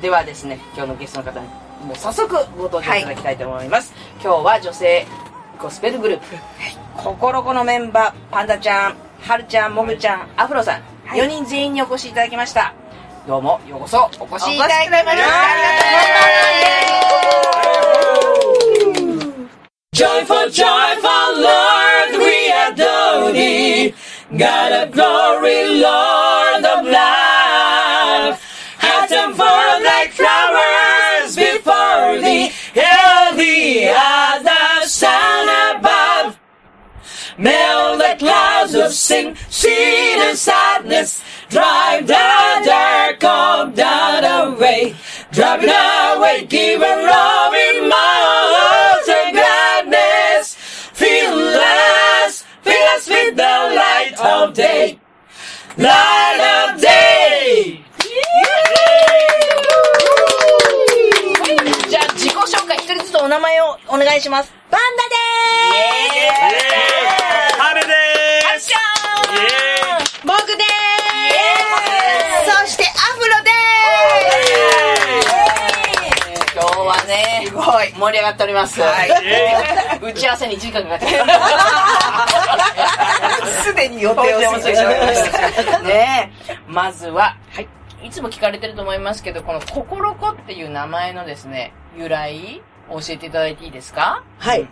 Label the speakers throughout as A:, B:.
A: ではですね今日のゲストの方にもう早速ご登場いただきたいと思います、今日は女性ゴスペルグループ、ココロコのメンバーパンダちゃんはるちゃんもぐちゃん、アフロさん、
B: はい
A: 4人全員にお越しいただきましたどうもようこそお越しいただきました
B: お越しくださいました
A: ありがとうございます
C: Joyful, joyful Lord, we adore thee. God of glory, Lord of love. Atom for like flowers before thee. Healthy as the sun above. Melt the clouds of sin, sin and sadness. Drive the dark of that away. Drive it away, give a loving mouth and gladness. Fill us, fill us with the light of day. Light of day!
A: じゃあ自己紹介一人ずつお名前をお願いしますパンダで
D: イエー
A: ー
D: イ
A: す
D: 春ですイエーイ
B: 僕でーすそしてアフロで
A: 今日はねすごい盛り上がっております、 打ち合わせに1時間かかって
B: ーすすでに予定を過ぎてしまいました
A: たねえまずは、い、つも聞かれてると思いますけどこの「ココロコ」っていう名前のですね由来教えていただいていいですか
E: はい。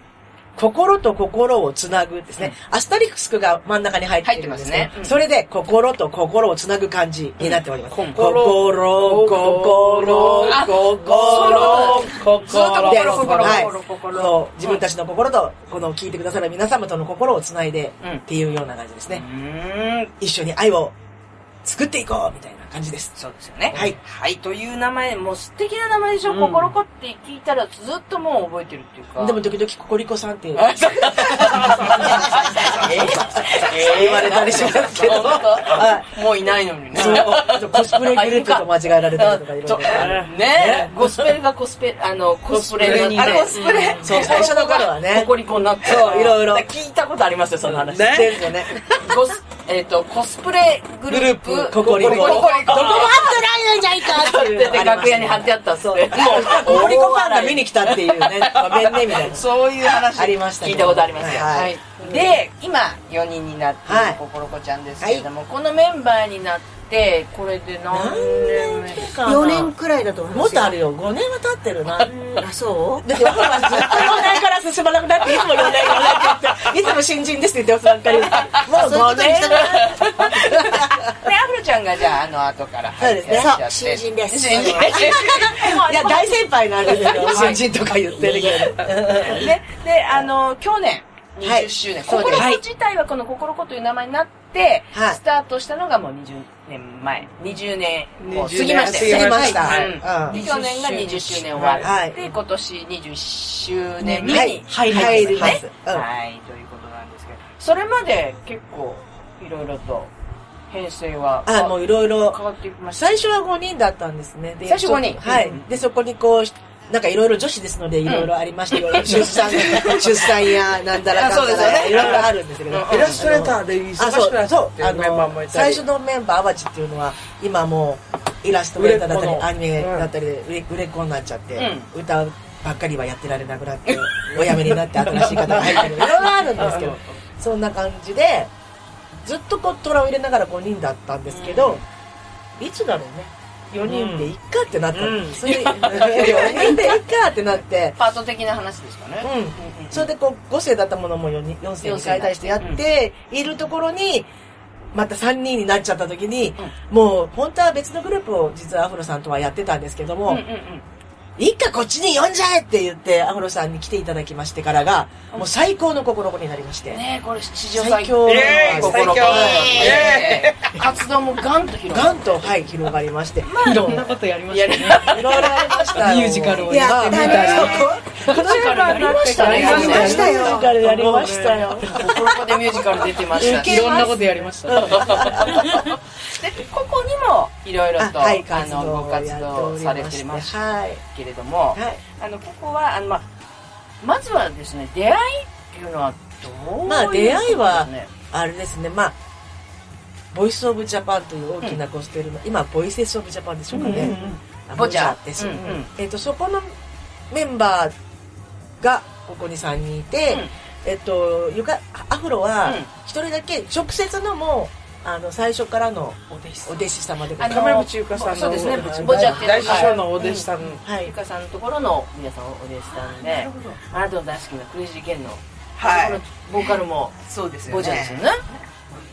E: 心と心をつなぐですね。アスタリクスクが真ん中に入っているんです
A: 入って
E: ね
A: ますね。うん
E: それで、心と心をつなぐ感じになっております。
A: うん
E: 心、心、心、
A: あ
E: 心。
A: ずっと
E: で
A: 心心
E: はい
A: 心心
E: そう自分たちの心と、この聞いてくださる皆様との心をつないで
A: うん、
E: っていうような感じです
A: う
E: ね。
A: ーん
E: 一緒に愛を作っていこう、みたいな感じです。
A: そうですよね
E: はい
A: はい、という名前もう素敵な名前でしょ「ココロコ」って聞いたらずっともう覚えてるっていうか
E: でも時々、ココリコさんっていう
A: あそう
E: 言われたりしますけど。
A: 本
E: はい
A: 当もういないのにね。
E: そう、コスプレグループと間違えられたりとかいろい
A: ちょ
E: ろ。
A: ねねコスプレがコスプレ、あの、コスプレの
E: コスプレにね
A: あれ
E: コスプレ
A: ん
E: そう最初の頃はね
A: ココリコになって。
E: そういろいろ
A: 聞いたことありますよ、その話。
E: 知ってるよね。
A: コス、えっと、コスプレグルー
E: グルー
A: プ、
E: プココリコ
A: どこも
E: どこも
A: 貼 ってないのじゃいかって楽屋に貼ってあったっす ね。
E: ココリコファンが見に来たっていうね、ごめんね、みたいな。
A: そういう話
E: ありました
A: 聞
E: ね
A: いたことありますよ、
E: はい
A: は
E: はいい
A: で今4人になってい
E: はい
A: るココロコちゃんですけれども、このメンバーになってこれで何年目ですか
E: 4
F: 4年くらいだと思い
E: も
F: ま
E: っ
F: すよ
E: とあるよ、5年は経ってるな。だって
F: あそう
E: 僕はずっと4年から進まなくなって、いつも4年からって言って、いつも新人ですって言ってますばっかり。もう5年。
A: でアフロちゃんがじゃああの後から入ってらっしゃって
F: そうですねそう新人です
A: 新人
E: いや、大先輩なんですけど、 新人とか言ってるけど。
A: ねであの去年20周年、コ
E: そう
A: コ
E: で
A: ロ
E: す
A: コ自体はこのココロコという名前になって、
E: はい
A: スタートしたのがもう20年前20年こう過
E: 過
A: ぎましたよね
E: ぎました。
A: はい
E: うん
A: で去年が20周年終わって、
E: はい
A: 今年21周年目
E: は
A: に
E: い、入ります。うん
A: はい、ということなんですけど、それまで結構いろいろと編成は
E: あ、もういろいろ
A: 変。わっていきました。
E: 最初は5人だったんですね。で
A: 最初5人
E: そはい
A: うん。
E: で、そこにこう、なんかいろいろ女子ですので、いろいろありまして、いろいろ出産、 出産や、なんだらかんだ
A: あそうですよ
E: ら、
A: ね
E: いろいろあるんですけど。
A: うんイ
E: ラストレーター
D: で忙
E: あ、そう、そう、あ
D: メンバーもい
E: の、
D: た
E: 最
D: り
E: 初のメンバー、淡路っていうのは、今もう、イラストレーターだったり、アニメだったりで、売れ売れっ子になっちゃって、歌ばっかりはやってられなくなって、おやめになって新しい方が入ってる。 いろいろあるんですけど、そんな感じで、ずっとこう、虎を入れながら5人だったんですけど、いつだろうね。4人でいっかってなったの、
D: うん
E: それ4人でいっかってなって、
A: パート的な話ですかね。
E: うんそれでこう5世だったものも 4, 4世に解体してやっているところに、また3人になっちゃった時に、もう本当は別のグループを実はアフロさんとはやってたんですけども、
A: うんうんうん
E: いいかこっちに呼んじゃえって言ってアフロさんに来ていただきましてからが、もう最高の心子になりまして。
A: ねえこれ史上
E: 最
A: 最強
E: 強の
D: イエーイ
E: 心
D: 最強イエ
A: 活動もガンと広が
E: ガ
A: る。
E: ンと、はい、広がりまして。
C: そんなことやりましたね。
E: いろいろありましたよ
C: ミュージカルをね
E: やってみたりこのメンバーになってから
A: やりました
E: ミュージカルやりましたよ。
A: ココロコでミュージカル出てました
C: い
A: ね。
C: ろんなことやりました。
A: でここにもいろいろ
E: あ
A: と、
E: はい、
A: あ
E: 活動
A: のご
E: をやって
A: 活動され
E: お
A: て
E: り
A: ま
E: ま
A: し
E: したた。はい。
A: けれども、
E: はい。
A: あのここはあのまあまずはですね出会いっていうのはどういう
E: まあ出会いは
A: ことですね
E: あれですね、まあ、ボイスオブジャパンという大きなゴスペルの、今、ボイセスオブジャパンでしょうかね。あ
A: ボチャ
E: ボチです、
A: うんうん
E: えっとそこのメンバーがここに3人いて、
A: うん
E: えっとゆかアフロは
A: うん
E: 一人だけ直接のもうあの最初からの
C: お弟子
E: お
C: さん
E: 弟子様でござ
A: あ
E: い
A: の
E: ます
C: 亀渕ゆかさんの
A: そうですね
C: はい
A: ぼちゃって
C: 大師匠のお弟子さん
E: は
A: ゆ
E: い
A: かさんのところの皆さんお弟子さんであなたの大好きなクレイジーケンの
B: は
A: とこ
B: い
A: ろのボーカルも
B: そうですよ
A: ボ
B: ね
A: ジャですよね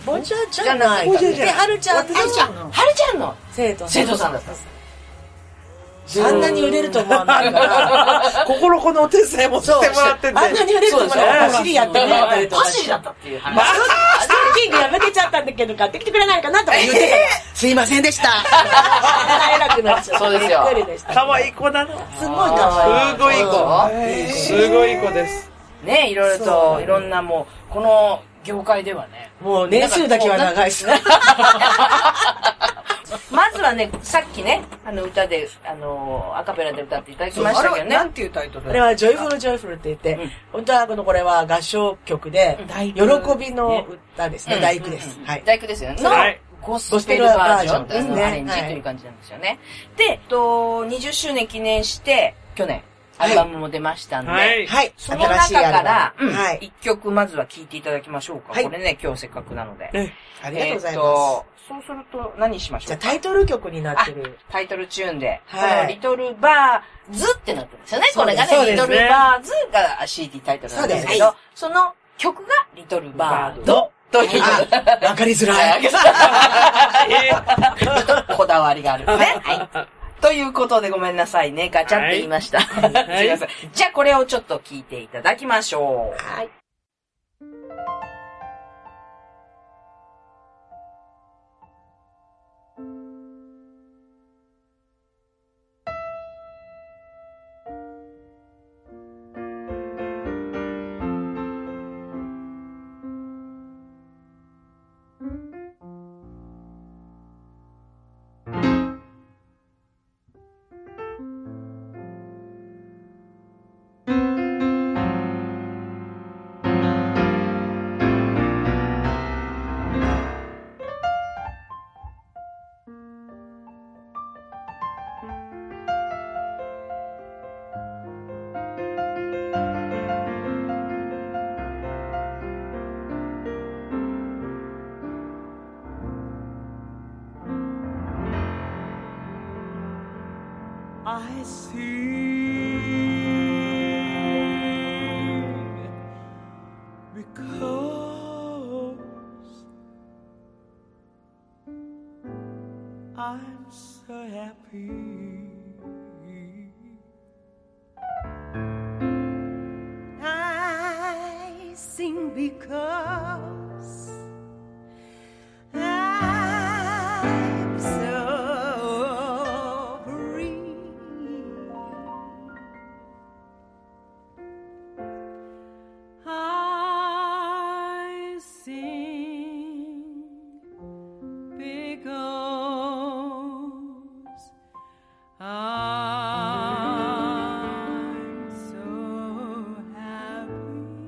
E: ボチャじゃない
B: ボチャじ
E: で
B: ゃない
E: はるちゃんと
A: あはるちゃんの
E: 生徒
A: 生徒さんだったんです
E: あんなに売れると思わないから
C: 心このお手伝いもしてもらってて
E: あんなに売れると思わない
C: そうですね
E: 走りやってくれたりとか
A: パシリだったっていう話
E: あストッキング破けちゃったんだけど買ってきてくれないかなとか言ってすいませんで した偉くなっちゃ
A: そうですよ
E: びっくりでした
C: 可愛い子だな
E: すごい可愛い
C: すごい子すごい子です
A: ねいろいろ
E: そ
A: と
E: う
A: いろんなもうこの業界ではね
E: もう年数だけは長いしね
A: まずはねさっきねあの歌であのアカペラで歌っていただきましたけどね
B: ていうタイトル
E: これはジョイフルジョイフルって言って、
A: うん
E: 本当はこのこれは合唱曲で、喜びの歌ですね、
A: うん
E: 大工です。はい。
A: 大工ですよね。の
D: はい
A: ゴスペルバージョンです
E: ゴスペルバージョンです
A: ね。
E: ね
A: アレンジという感じなんですよね。で、えっと、20周年記念して、去年、ア
E: はい
A: ルバムも出ましたんで、
D: はい
E: はい。
A: その中から、
E: アルバムは
A: 1
E: い。
A: 曲まずは聴いていただきましょうか。
E: はい
A: これね、今日せっかくなので。
E: ありがとうござい
A: えっ
E: ま
A: とそうすると、何しまし
E: す。
A: ょう
E: じ
A: か
E: ゃあタイトル曲になってる。
A: タイトルチューンで、
E: はい
A: このリトルバーズってなってるんですよね。これが
E: そう
A: ね、
E: で
A: リ
E: す
A: トルバーズが CD タイトルなんですけど、その曲がリトルバードという。
E: あ、わかりづらい。
A: ちょっとこだわりがあるのね。 はい。ということでごめんなさいね。ガチャって言いました。
D: い
A: すいません。じゃあこれをちょっと聞いていただきましょう。はい。
F: I sing because I'm so happy. I sing because. I'm so free. I sing because I'm so happy.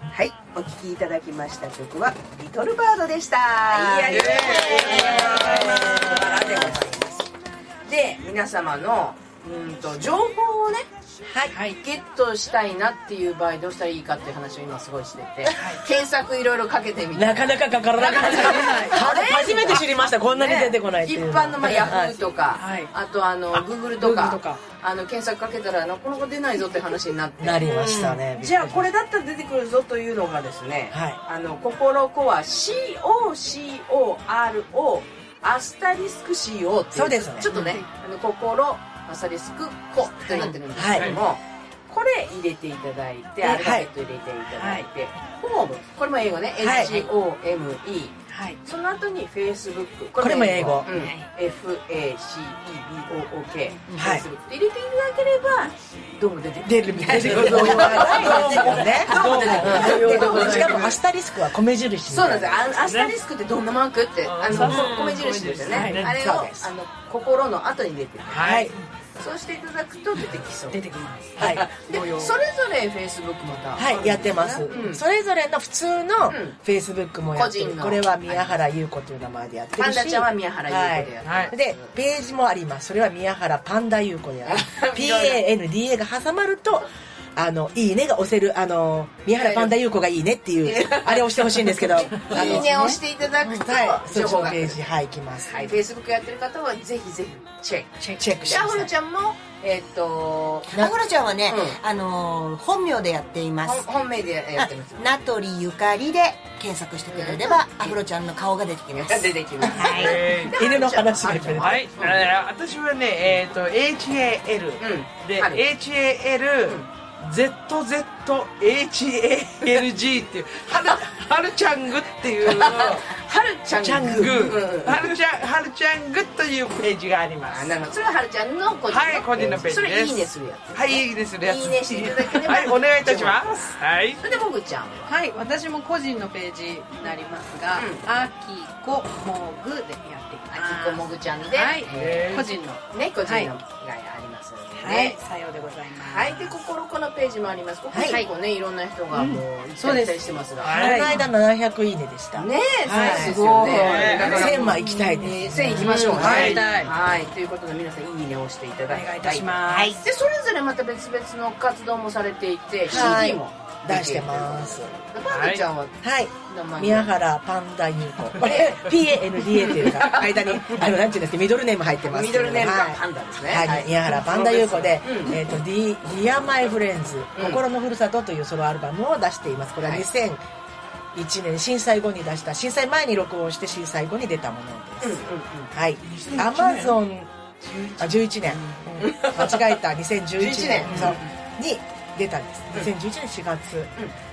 B: はい、お聴きいただきました曲は「リトルバード」でした
A: いやいやいや
C: ありがとうございます
A: バラでございますで皆様のうんと情報をね、はい、ゲットしたいなっていう場合どうしたらいいかっていう話を今すごいしてて、検索いろいろかけてみて
E: なかなかかからなかった
A: なかなか
E: は初めて知りましたこんなに出てこないっていう
A: 一般のまあヤフ
E: はい
A: ーとか、
C: はい
A: あとあのグーグルとか
C: Google とか
A: あの検索かけたらなかなか出ないぞって話になって
E: なりましたね
A: じゃあこれだったら出てくるぞというのがですね、
E: はい
A: あの心コは COCORO アスタリスク CO ってい
E: そうですね
A: ちょっとね、あの心アスタリスクコってなってるんですけども、これ入れていただいて
E: はい
A: アルファベット入れていただいて、ホームこれも英語ね、
E: はい
A: HOME
C: はい
A: その後に Facebook
E: これも英語
A: うん FACEBOOK
E: はい
A: Facebook って入れていただければどうも出てくる
E: 出るみたいな
A: どうも出てくるどうも出てくる
E: しかもアスタリスクは米印み
A: そう
E: た
A: ないんですあアスタリスクってどんなマークってあのこ米印ですよね、
C: はい
A: あれを
E: そう
A: あ
E: です
A: の心の後に入れてる
E: はい
A: そうしていただくと出てきそう
C: 出
A: で
C: てきます
E: はい
A: それぞれフェイスブックまた
E: はい、やってます、
A: うん
E: それぞれの普通の
A: ん
E: フェイスブックもやってる、
A: 個人の
E: これは宮原優子という名前でやってるし
A: パンダちゃんは宮原優子でやってる
E: はいでページもありますそれは宮原パンダ優子でやる PANDA が挟まるとあのいいねが押せるあの宮原パンダ優子がいいねっていうあれを押してほしいんですけどあの
A: いいねを押していただくと
E: はいそ
A: 情
E: っち
A: 報
E: の
A: が
E: ペ
A: 来
E: ー
A: る
E: ジはい来ます、
A: はい、フェイスブックやってる方はぜひぜひチェック
E: チェックし
A: でア
E: ま
A: フロ
E: す
A: ちゃんもえーっと
G: アフロちゃんはね、
A: う
G: あのー本名でやっていま
A: 本
G: す
A: 本命でやってます
G: あ名取ゆかりで検索してくれれば、アフロちゃんの顔が出てきます
A: が 出てきます
G: はい
D: え
E: 犬の話が
D: ーはい、えー私はね、えっ、と、HAL
A: うん
D: で、
A: 春
D: HAL、ZZHALG っていう、はる、はるちゃんぐっていう、は
A: はるちゃん
D: ちゃん
A: う
D: ぐ、
A: んうん
D: はるちゃん、はるちゃんぐというページがありま
A: あ
D: す。
A: なるほどそれははるちゃんの個人の
D: はい個人のページです
A: それいいねするやつ
D: はい、いいですね。
A: いいねしていただければ
D: はい、お願いいたします。はい。
A: それでもぐちゃんは
F: はい、私も個人のページになりますが
A: う、
F: あきこもぐでやっていき
A: あきこ
F: ま
A: もぐちゃん
F: す。
A: で、
F: はい
D: え、ー
F: 個人の。
A: ね個人
F: はい
A: のがありますので、
F: はい、さようでございます。
A: はい、で、ココロコのページもあります。ここ最後ね、いろんな人がもう行ったり来たりしてますが。
E: こ
D: は
E: の
D: い。
E: 間700いいねでした、
A: ねえ、
E: はい
A: そうですよね。
D: すごい
A: だから
E: 1000は行きたいです
A: 2000行きましょうね。
D: はい
A: はい、ということで皆さんいいねを押していただきたい。
F: お願いいたします
A: はいで、それぞれまた別々の活動もされていて、
E: はい
A: CD も
E: 出してます
A: す。パンダちゃんは
E: はい
A: 名前
E: 宮原パンダ優子これ PANDA ってい うか間にあのなんていうんですかミドルネーム入ってます
A: ミ
E: け
A: ド
E: ど
A: ルネームがパ
E: はい
A: ンダですね。
E: はい、宮原パンダ優子で
A: う
E: 「
A: ん
E: えーとディディアマイフレンズ
A: うん
E: 心のふるさと」というソロアルバムを出していますこれは
A: はい
E: 2001年震災後に出した震災前に録音して震災後に出たもの
A: うん
E: で
A: うん
E: すはいアマゾンあ11年間違えた2011
A: 11
E: 年
A: 年
E: そうに出たんです2011年4月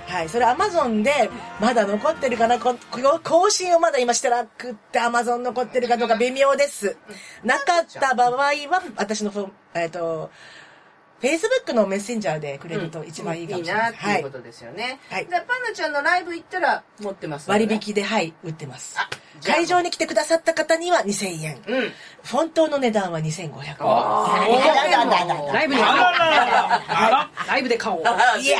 E: はい、それアマゾンでまだ残ってるかなここ更新をまだ今してなくってアマゾン残ってるかどうか微妙ですなかった場合は私のフォえっ、とフェイスブックのメッセンジャーでくれると一番いいかもしれな
A: な
E: い
A: っ
E: です、
A: ていう
E: は
A: こ
E: い、
A: とですよね。
E: はい
A: でパンダちゃんのライブ行ったら持ってますよね。
E: 割引ではい売ってます
A: あじゃあ
E: 会場に来てくださった方には2000円、
A: うん。
E: 本当の値段は2500
A: あ
G: あらららら
A: ー
F: ライブで
D: あ
F: 買
D: ららららあら
F: おう。ライブで買おう。
E: 円いや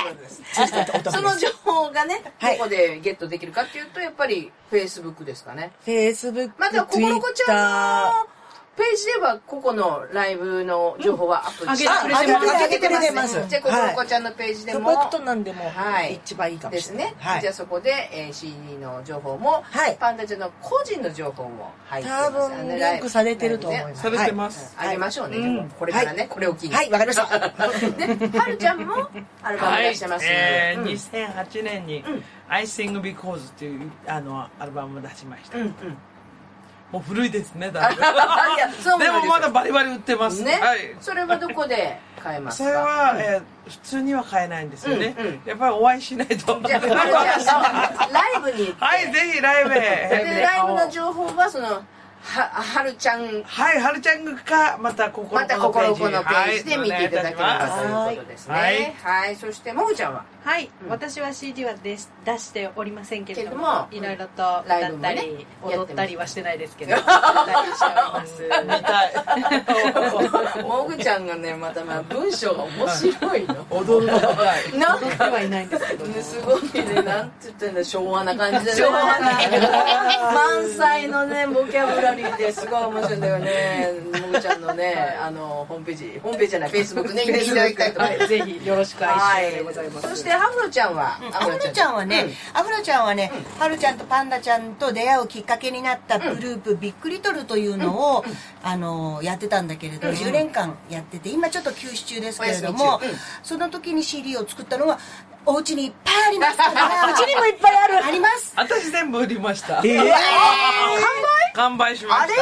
E: お得
A: そ
E: で
A: の
E: す
A: 情報がね、
E: はい
A: どこでゲットできるかっていうと、やっぱり Facebook ですかね。
E: フェイスブック
A: まあ、でも、ココロコちゃんのページでは、個々のライブの情報はアップして、
F: うん上げてくれてます
E: 上げてくれてま
A: じ
E: す
A: ゃあ、ココロコちゃんのページで
E: ト
A: も、
E: バクトなんでも
A: はい
E: 一番いいかも
A: で
E: し
A: す
E: れない
A: ね。じゃあ、そこで、えー CD の情報も、
E: はい
A: パンダちゃんの個人の情報も入ってます。
E: 多分
A: あの
E: リンクされてると思い
A: ライブね
E: ます。
C: されてます。
A: あげましょうね。でもこれからね、これを機に。
E: はい、わかりました。
A: で、はるちゃんもアルバム
D: は
A: 出
D: い
A: してますので
D: え。
A: うん
D: ー2008年に「I Sing Because」っていうあのアルバムを出しました
A: うんうん。
D: もう古いですねだいぶ
A: いやそうなんです
D: で
A: よ
D: もまだバリバリ売ってます
A: ね、
D: はい
A: それはどこで買えます
D: そ
A: か
D: れは、えー普通には買えないんですよね、
A: うんうん
D: やっぱりお会いしないと
A: じゃあじゃあライブに行って、
D: はいぜひライブへ
A: でライブの情報はそのははるちゃん
D: はいはるちゃんがかまた心
A: また
D: こ
A: 心
D: の
A: このページで見ていただければ
D: は
A: とい
D: い
A: うことですね
D: は
A: はい
D: い、
A: はいそしてもぐちゃんは
F: はい、私は CD は出し出しておりませんけれども
A: けれ
F: い
A: ども
F: ろいろと
A: ライ
F: 歌
A: ブ
F: っ
A: も
F: た
A: ね
F: り、
A: や
F: 踊
A: ってます
F: ったりはしてないですけど歌ったりしております
D: 見たい
A: もぐちゃんがねまたまあ文章が面白いの
D: 踊るのが
A: なん
F: 踊って
A: か
F: はいないんですけども
A: ねすごいねなんて言ったんだ昭和な感じで、ね、
F: 昭和な
A: 満載のねボキャブラリーですごい面白いんだよねもぐちゃんのねあのホームページホームページじゃないフェイスブックね見ていただきたいと思います
F: はい、ぜひよろしくお願いでございます、
A: そしてハムロちゃんは、
B: アフロちゃんはね、アフロちゃんはね、ハルちゃんとパンダちゃんと出会うきっかけになったグループ、ビッグリトルというのを、あの、やってたんだけれど、10年間やってて、今ちょっと休止中ですけれども
A: お休み中うん、
B: その時に CD を作ったのは、お家にいっぱいあり ますから、うちにもいっぱいあるあります
D: 私全部売りました
E: えー
D: 完売しまし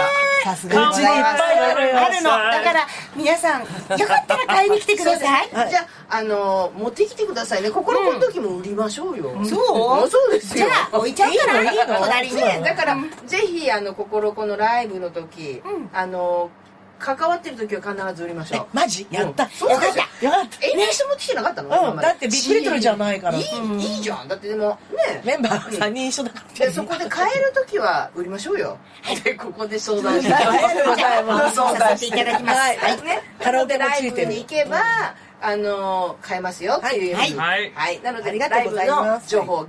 D: た
B: さす
D: 完売
B: がうちにいっぱい
D: ある
B: あるの。だから、皆さん、よかったら買いに来てください。
A: じゃあ、あの持ってきてくださいね。心この時も売りましょうよ。
B: そう
A: そうです
B: じゃ
A: よ。
B: あ、置いちゃうから、隣に。
A: ね、だから、ぜひ、あの、心このライブの時、
B: うん
A: あの関わってる時は必ず売りましょう。
E: マジやった。
A: うんそうですよ
E: やっ
A: え、名刺持ってきてなかったの、
E: た。
A: 今
E: うん。
A: まで
E: だってビッグリトルじゃないから。
A: いい、いいじゃん。だってでも、ね。
E: メンバー3人一緒だから。
A: でそこで買える時は売りましょうよ。でここで相談して。
B: そうさせていただきます。はい。
A: ね、
E: カラオケも
A: ラ
E: つ
A: イ
E: い
A: ブ
E: てる
A: に行けば、あの買えますよっていう、
E: はい
D: はい
A: はい、なので
E: ありがとうござ
A: ラ
E: います
A: イブの情報を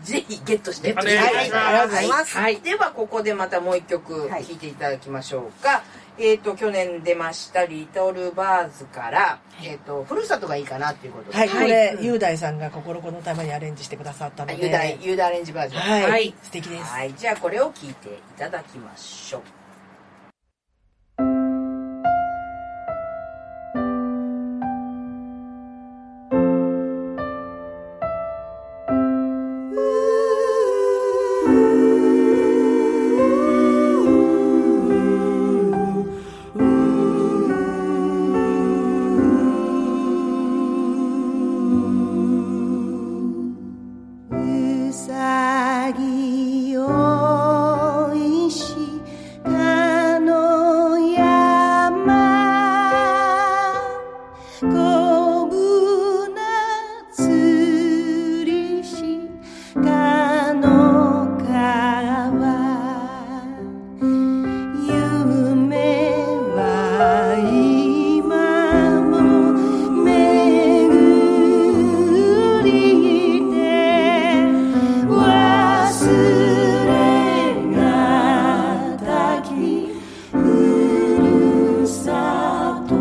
A: ぜひゲットして
D: ゲットしてはい
E: ありがとうございます
A: はい、ではここでまたもう一曲聴いていただきましょうか、えっ、と去年出ました「リトルバーズ」から、えっとふるさとがいいかなっていうことで、
E: はい、これ、雄大さんが心このためにアレンジしてくださったので。
A: ユダユダアレンジバージョン
E: は
A: はいい。
E: 素敵です。
A: はい、じゃあこれを聴いていただきましょう
B: うさぎを石かの山こぶな釣りしかの川夢は今も巡りて忘れがたきふるさと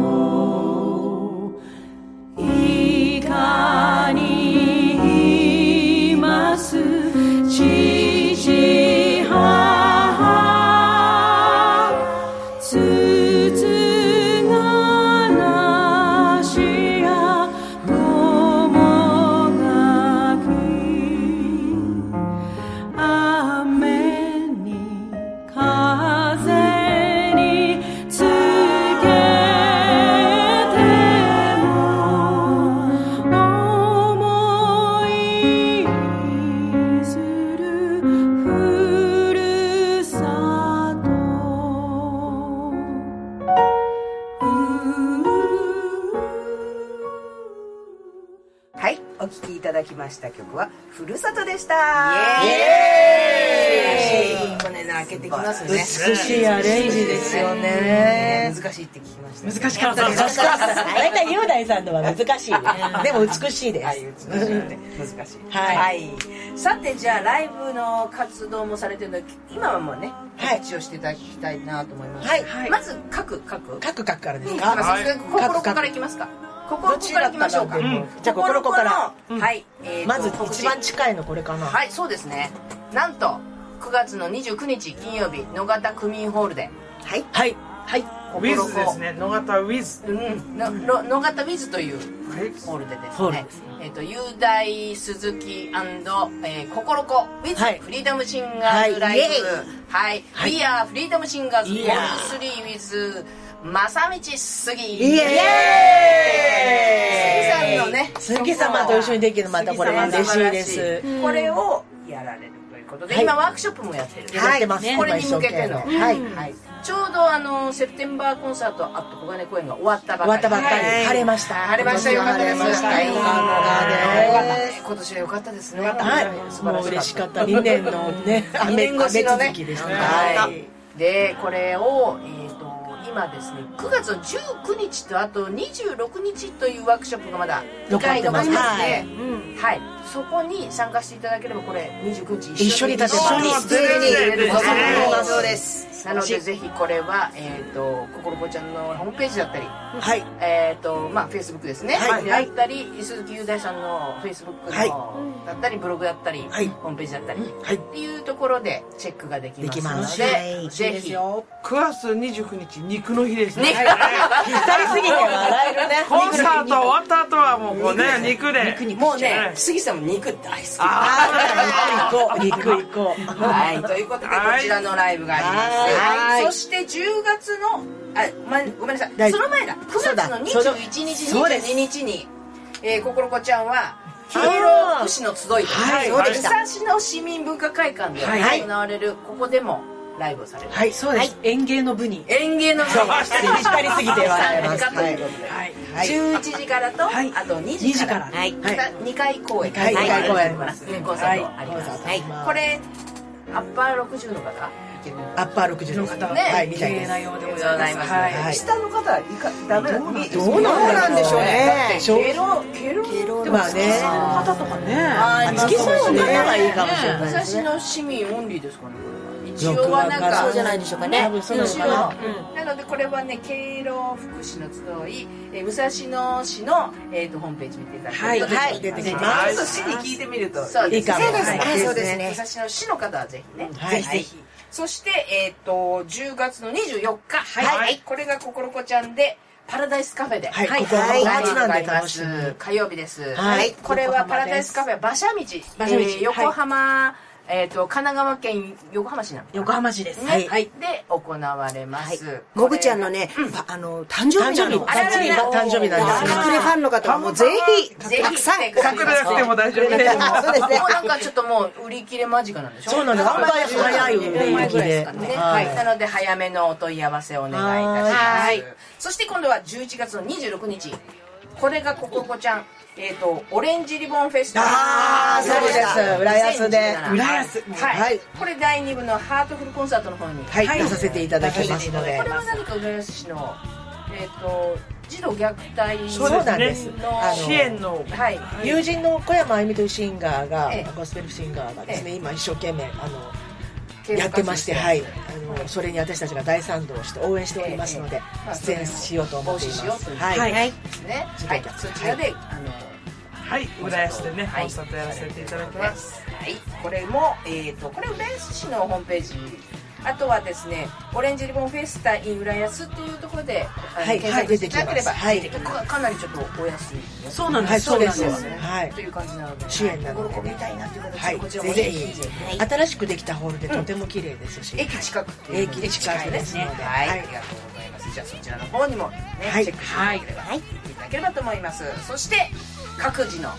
B: いかにいます父母つつがなしやともがき雨に風につけても思いするふるさと
A: はい、お聴きいただきました曲は「ふるさと」でした
H: イエ
A: エーイこれね開けてきますね
E: 美しいアレンジですよね。
A: 難しいって聞きましたね
D: 難しかった
E: 難しかった。 大体雄大さんのは難しいね。でも美しいで
A: はい、
E: す。
A: 難しいって難しい
E: はい
A: さてじゃあライブの活動もされてるので今はもうね
E: はい
A: 告知をしていただきたいなと思います
E: はい
A: まず各各
E: カクカクからです
A: 行きます
E: か。
D: はい
A: 心ここからいきますか心ここからいきましょうか
E: どっちだったかなじゃあ心ここから
A: 心このはいえーと
E: まず
A: 告知
E: 一番近いのこれかな。
A: はいそうですねなんと9月の29日金曜日野方区民ホールではい
E: はい。
A: はい
D: ウィズですね野方ウィズ
A: うんのの野方ウィズというホールでです
E: ホール
A: ね
E: です
A: えっ、と雄大鈴木えー心子 with、
E: はい
A: フリーダムシンガーズライブはい、
E: はい
A: We are フリーダムシンガーズ
E: いや
A: Vol.3 with 正道杉
E: イエ
A: 杉
E: ーイ
A: さんのね
E: 鈴木様と一緒にできるのまたこれ嬉しいです。
A: これをやられるということで、今ワークショップもやってる。
E: やってます、
A: これに向けての、
E: 今一生懸命はい、
A: はい、ちょうどあのセプテンバーコンサートあと小金公演が終わったばかり
E: 終わったばっかり、
A: はい
E: 晴れました
A: 晴れましたよかったです
E: 晴れました
A: はい
E: い
A: よ
E: い
A: かった
E: 花がね
A: ね今年は良かったですね
E: はい、
A: 素晴ら
E: も
A: し
E: う嬉しか
A: っ
E: った2年のね
A: 二
E: 雨
A: 年越しのね
E: 雨続きでしたね
A: は
E: はいい
A: たでこれをえーと今ですね9月の19日とあと26日というワークショップがまだ2回残ってます
E: 残って
A: ねはい、そこに参加していただければこれ29日
E: 一緒に立て
A: 一緒
E: ます
A: に
D: 一緒に
A: 出れる
E: そう
A: はい
E: そう
A: ですなのでぜひこれはえっ、とこころこちゃんのホームページだったり
E: はい
A: えっ、とまあフェイスブックですね、
E: はい
A: だったり鈴木雄大さんのフェイスブックの、
E: はい
A: だったりブログだったり、
E: はい
A: ホームページだったり、
E: はい
A: っていうところでチェックができます
E: できます
A: ので
E: はい
A: ぜひ
D: 9月29日肉の日ですね
E: ぴったりすぎて笑えるね
D: コンサート終わった後はもうこうね肉で
I: もうね
D: はい
I: 杉さんも肉大好き
D: あ
E: あー肉行こう肉行こう
A: はい、ということでこ
D: はい
A: ちらのライブがあります
E: は
A: はいいそして10月のあ、ま、ごめんなさ
E: 大
A: い
E: 丈
A: その
E: 夫
A: 前だ9
E: そうだ
A: 月
E: そ
A: の
E: うだ
A: 21日
E: そうです
A: 22日にえーこころこちゃんはヒーロー福祉の集いという
E: はい
A: そうで
D: はい
A: す武蔵野市民文化会館で
E: はい
A: 行われるここでもライブをされる
E: はいそうです、
F: 園芸の部に
A: 園芸の
E: そうぴったりすぎて笑えます
A: 参加ということで
E: はい
A: 11時からとあ
F: はい
A: と2時から
E: はい
A: また2回公演
E: はい
I: 二回
E: 公演あり
A: コン
E: ま
A: サ
E: す
A: ートあります
E: はい
A: これアッパー60の方いける
E: アッパー60の方
A: ね
E: はいみたいです
F: よう
A: でございます
F: は
E: はいい
A: 下の方はいかダメだどうなん
E: どうなんでしょうね
A: ケロケロ
E: でもまあね
F: 方とかね
A: あ
E: 好きそう
A: ね
E: な方はいいかもしれないで
A: 武
E: すね
A: 蔵野市民オンリーですかねこれは一
E: よ
A: 応
E: く
A: は
E: わ
A: なん
E: か
A: から
E: ん
B: そうじゃないでしょうか
E: 多
B: ね
E: 分そうなの
A: 一
E: か
A: 応
E: な
A: なのでこれはね敬老福祉の集いえー武蔵野市のえっとホームページ見ていただくと
E: はいはい
A: 出てきますち
D: はい
A: ょっと市に聞いてみると
E: うですね
A: はい
E: そ
A: そうう
E: で
A: ですす
E: ね
A: ね武蔵野市の方はぜひね
E: はい
A: ひそしてえっと10月の24日はいこれがこころこちゃんでパラダイスカフェで
E: はい、
A: はい
E: ここは
A: お待
E: お待
A: ち
E: ち
A: な
E: なんん
A: で
E: で
A: 楽
E: 楽
A: し
E: し
A: み
E: み
A: 火曜日です。
E: はい
A: これはパラダイスカフェ馬車道。
E: 馬車道
A: えー横浜、えっ、と、神奈川県横浜市なの。
F: 横浜市です
E: はい
A: はい。で、行われます。
B: もぐちゃん
A: の。
B: のね、ばあの誕生日なの
E: 誕生日誕生日なんです
B: 隠れファンの方はもうぜひ
A: ぜひ
B: たくさん
A: 来てください
D: 隠れなくても大丈夫です
A: もう
B: そうですね
A: なんかちょっともう売り切れ間近なんでしょ
E: そうなんです販売早いんで
A: 販売ぐらいですか
E: 売り切
A: ね
E: れ
A: は
E: はい
A: い。なので早めのお問い合わせをお願いいたします。
E: は
A: はい。そして今度は11月の26日。これがコココちゃん。えっ、と、オレンジリボンフェスタ。
E: あーそうです浦安で
A: 2017
E: 浦安
A: はい、
E: はい
A: これ第2部のハートフルコンサートの方に、
E: はい、出させていただきますので
A: これは何か浦安市の、えっと児童虐待
E: そうなんです
A: の
E: あの
D: 支援の
A: はい
E: 友人の小山あゆみというシンガーが
A: ええ
E: ゴスペルシンガーがです
A: え
E: ね今一生懸命あのやってましてはいあのそれに私たちが大賛同して応援しておりますの
A: ええ
E: で
A: まあ
E: 出演しようと思ってい
A: 防止しよ
E: ま
A: うと
E: す
A: いう
E: はい
F: はい
A: ね
E: 児童
A: はい
E: 虐待
A: そちらで、あの
D: はい浦安でね
A: はい
D: コンサートやらせていただきます
A: はいこれもえっ、とこれ浦安市のホームページあとはですねオレンジリボンフェスタ in 浦安っていうところで、あの
E: はい
A: 検
E: は
A: 索
E: い出
A: して
E: て
A: い
E: き
A: ただけ
E: ま
A: れ
E: す
A: ば、
E: はい
A: かかなりちょっとお安い
F: そうなん
E: は
F: で
E: い
F: す
E: そうです
A: そうなんです
E: はい
A: という感じなので
E: 支援なので
A: ご見たいなっていう方
E: はい
A: こち
E: ぜ
A: らも
E: ひ新しくできたホールでとても綺麗ですし
A: 駅近くっていう
E: 駅近くですので
A: はい、
E: はい
A: ありがとうございますじゃあそちらの方にもね、
E: はい
A: チェックしていただければ、い、ていただければと思いますそして各自の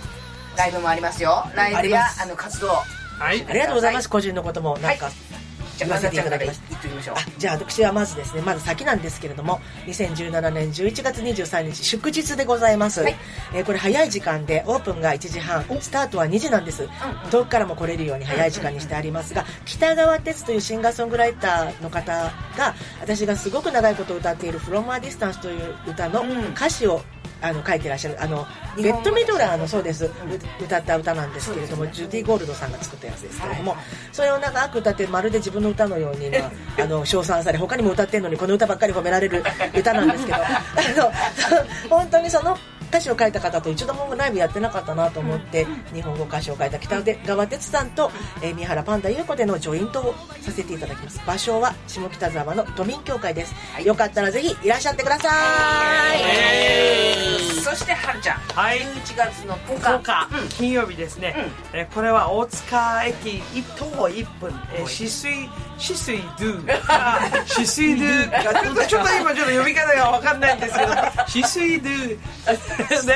A: ライブもありますよライブや
E: ありま
A: あ
E: す
A: の活動
D: はい
E: ありがとうございます個人のこともなんか
A: じゃあ
E: 言
A: ま
E: わ
A: ずはちゃ
E: せてい
A: ん
E: た
A: から
E: だき
A: 言
E: ま
A: っ
E: す
A: てみましょう
E: あじゃあ私はまずですねまず先なんですけれども2017年11月23日祝日でございます、
A: はい
E: えーこれ早い時間でオープンが1時半スタートは2時なんです、遠くからも来れるように早い時間にしてありますが、北川哲というシンガーソングライターの方が私がすごく長いこと歌っている「From a Distance」という歌の歌詞を、あの書いてらっしゃるあのベッドミドラーのそうです、う歌った歌なんですけれども、ジュディ・ゴールドさんが作ったやつですけれども、それを長く歌ってまるで自分の歌のように 今あの称賛され他にも歌ってるのにこの歌ばっかり褒められ る歌なんですけどあの 本当にその歌詞を書いた方と一度もライブやってなかったなと思って、日本語歌詞を書いた北川哲さんと、えー、三原パンダ優子でのジョイントをさせていただきます場所は下北沢の都民協会です、よかったらぜひいらっしゃってください、
A: そしてはるちゃん
D: はい
A: 11月の10日
D: 10日金曜日ですね、えーこれは大塚駅一徒歩1分、えー、止水止水ド ゥあ止水ドゥがちょっとちょっと今ちょっと読み方が分かんないんです けど止水ドゥで、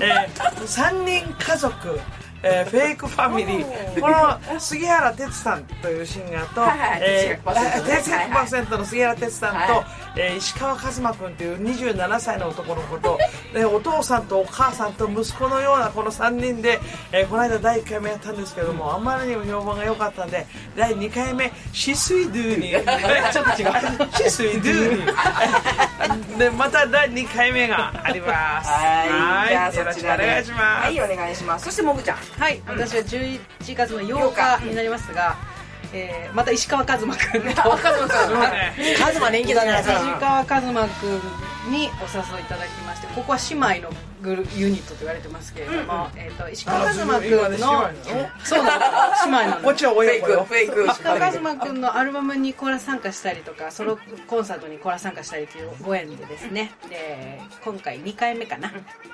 D: え3人家族えーフェイクファミリーこの杉原哲さんというシンガーと
A: はいはい
D: え
A: 哲
D: ー
A: 学100%ね
D: 哲学100%の杉原哲さんと、
A: は
D: えー石川一馬君という27歳の男の子と でお父さんとお母さんと息子のようなこの3人で、えーこの間第1回目やったんですけども、あまりにも評判が良かったんで第2回目「シスイドゥに」 ちょっと違う「シスイドゥに」 でまた第2回目があります
A: はいじゃあ
D: よろ
A: そ
D: し
A: ち
D: くお
A: らで
D: 願いします、
A: はいお願いしますそしても ぐちゃん
F: はい、私は11月の8日になりますが、えーまた石川一馬君と
A: あかずまさん
D: そうね
E: カズマ人気だね
F: 石川一馬君にお誘いいただきましてここは姉妹のグルユニットと言われてますけれども、えー、と石川一馬君の
D: あそう今ね姉妹なの
F: そうなんです姉妹なんです
D: こっちは親子よ
A: フェイクフェイ
F: 石
A: ク
F: 川一馬君のアルバムにコーラ参加したりとかソロコンサートにコーラ参加したりというご縁でですねで今回2回目かな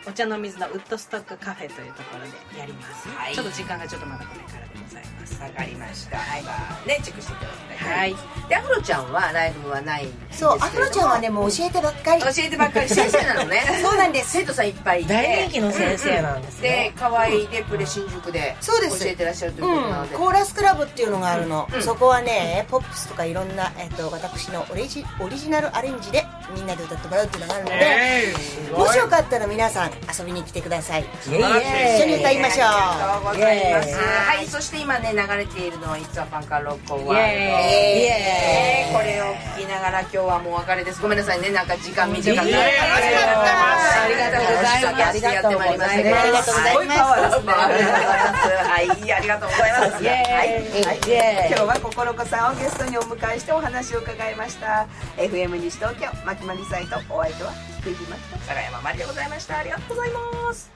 F: お茶の水のウッドストックカフェというところでやります、
A: はい
F: ちょっと時間がちょっとまだこれからでございます
A: わかりましたはいまあねチェックしていただきたい
F: はい
A: でアフロちゃんはライブはないんですけれど
B: そ
A: も
B: うアフロちゃんはねもう教えてばっか り
A: 教えてばっかり先生なのね
B: そうなんです
A: 生徒さんいっぱいいて
E: 大人気の先生なんです
A: で
E: ね
A: 可愛いでプレ新宿で
B: そうです
A: 教えてらっしゃるといううことなの
B: ん
A: で、
B: コーラスクラブっていうのがあるの、
A: うん
B: そこはねポップスとかいろんな、えっと私のオリジオリジナルアレンジでみんなで歌ってもらうっていうのがあるので、
D: えーすごい
B: もしよかったら皆さん遊びに来てください
E: イエイイエイ
B: 一緒に歌いましょう
A: ありがとうございます
E: イエーイ
A: はいそして今ね流れているのは「いつはパンカーロッコワールド」
E: イエーイ
A: ねこれを聞きながら今日はもうお別れですごめんなさいねなんか時間短かった
D: いえいえ
A: あ
D: あ
A: り
D: り
A: が
D: が
A: と
D: と
A: う
D: う
A: ご
D: ご
A: ざ
E: ざ
A: い
E: い
A: ま
E: ま
A: やってまい
E: すす
A: りましたね
E: あり
A: ご
E: が
B: とうございます
A: いパワーですねありがとうございますはいありがとうございますはい
E: イエーイ
J: 今日は心子さんをゲストにお迎えしてお話を伺いました FM 西東京牧間理沙とお相手は菊池真希と
A: 佐賀山まりでございましたありがとうございます